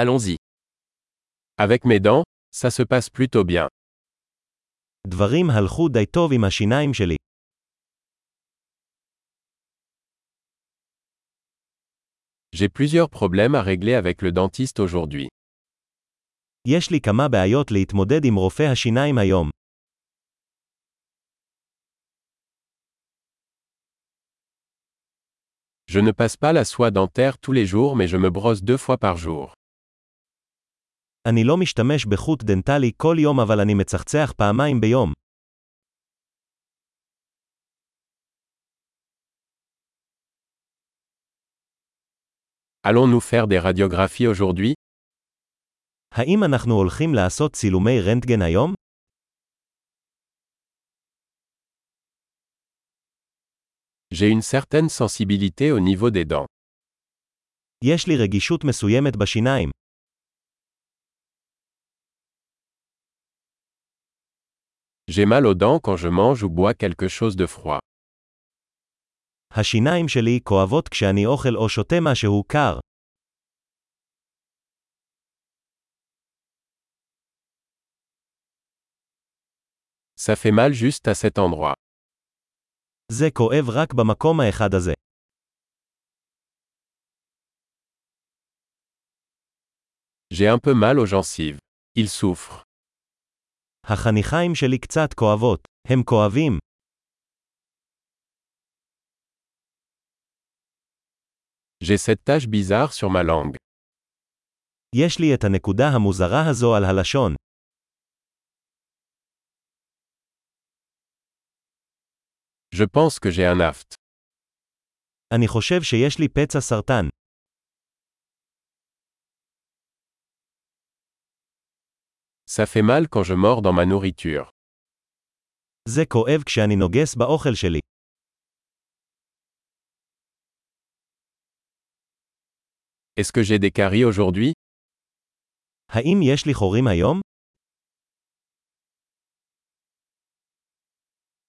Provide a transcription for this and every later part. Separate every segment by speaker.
Speaker 1: Allons-y. Avec mes dents, ça se passe plutôt bien.
Speaker 2: דברים הלכו די טוב עם השיניים שלי.
Speaker 1: J'ai plusieurs problèmes à régler avec le dentiste aujourd'hui.
Speaker 2: יש לי כמה בעיות להתמודד עם רופא השיניים היום.
Speaker 1: Je ne passe pas la soie dentaire tous les jours mais je me brosse deux fois par jour.
Speaker 2: אני לא משתמש בחוט דנטלי כל יום אבל אני מצחצח פעמיים ביום.
Speaker 1: Allons-nous faire des radiographies aujourd'hui
Speaker 2: האם אנחנו הולכים לעשות צילומי רנטגן היום?
Speaker 1: J'ai une certaine sensibilité au niveau des dents.
Speaker 2: יש לי רגישות מסוימת בשיניים.
Speaker 1: J'ai mal aux dents quand je mange ou bois quelque chose de froid.
Speaker 2: השיניים שלי כואבות כשאני אוכל או שותה משהו קר.
Speaker 1: Ça fait mal juste à cet endroit.
Speaker 2: זה כואב רק במקום האחד הזה.
Speaker 1: J'ai un peu mal aux gencives. Ils souffrent.
Speaker 2: החניכיים שלי קצת כואבות. הם כואבים.
Speaker 1: J'ai cette tache bizarre sur ma langue.
Speaker 2: יש לי את הנקודה המוזרה הזו על הלשון.
Speaker 1: Je pense que j'ai un aft.
Speaker 2: אני חושב שיש לי פצע סרטן.
Speaker 1: Ça fait mal quand je mords dans ma nourriture.
Speaker 2: זה כואב כשאני נוגס באוכל שלי.
Speaker 1: Est-ce que j'ai des caries aujourd'hui
Speaker 2: האם יש לי חורים היום?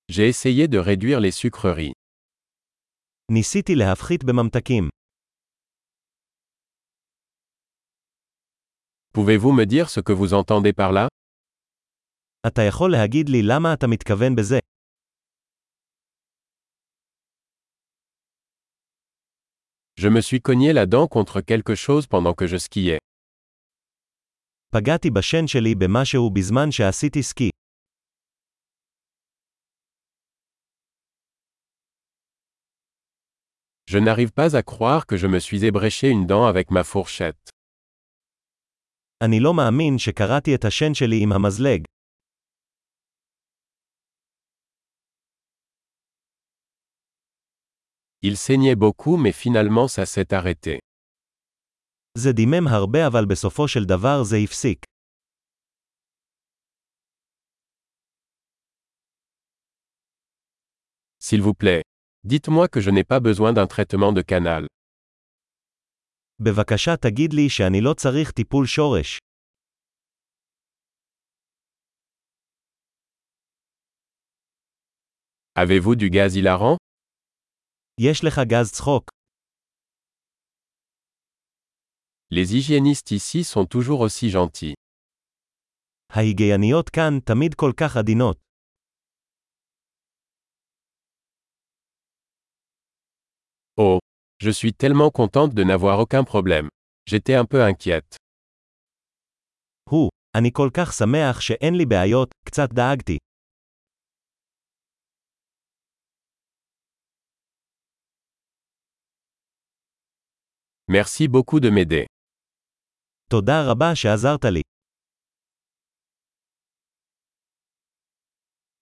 Speaker 1: J'ai essayé de réduire les sucreries.
Speaker 2: ניסיתי להפחית בממתקים.
Speaker 1: Pouvez-vous me dire ce que vous entendez par là
Speaker 2: אתה יכול להגיד לי למה אתה מתכוון בזה?
Speaker 1: Je me suis cogné la dent contre quelque chose pendant que je skiais.
Speaker 2: פגעתי בשן שלי במשהו בזמן שעשיתי סקי.
Speaker 1: Je n'arrive pas à croire que je me suis ébréché une dent avec ma fourchette.
Speaker 2: אני לא מאמין שקרעתי את השן שלי עם המזלג.
Speaker 1: Il saignait beaucoup mais finalement ça s'est arrêté.
Speaker 2: זה דימם הרבה אבל בסופו של דבר זה הפסיק.
Speaker 1: S'il vous plaît, dites-moi que je n'ai pas besoin d'un traitement de canal.
Speaker 2: בבקשה תגיד לי שאני לא צריך טיפול שורש.
Speaker 1: Avez-vous du gaz hilarant
Speaker 2: יש לך גז צחוק.
Speaker 1: Les hygiénistes ici sont toujours aussi gentils.
Speaker 2: ההיגייניות כאן תמיד כל כך עדינות.
Speaker 1: Oh, je suis tellement contente de n'avoir aucun problème. J'étais un peu inquiète.
Speaker 2: הוא, אני כל כך שמח שאין לי בעיות, קצת דאגתי.
Speaker 1: Merci beaucoup de m'aider.
Speaker 2: תודה רבה שעזרת לי.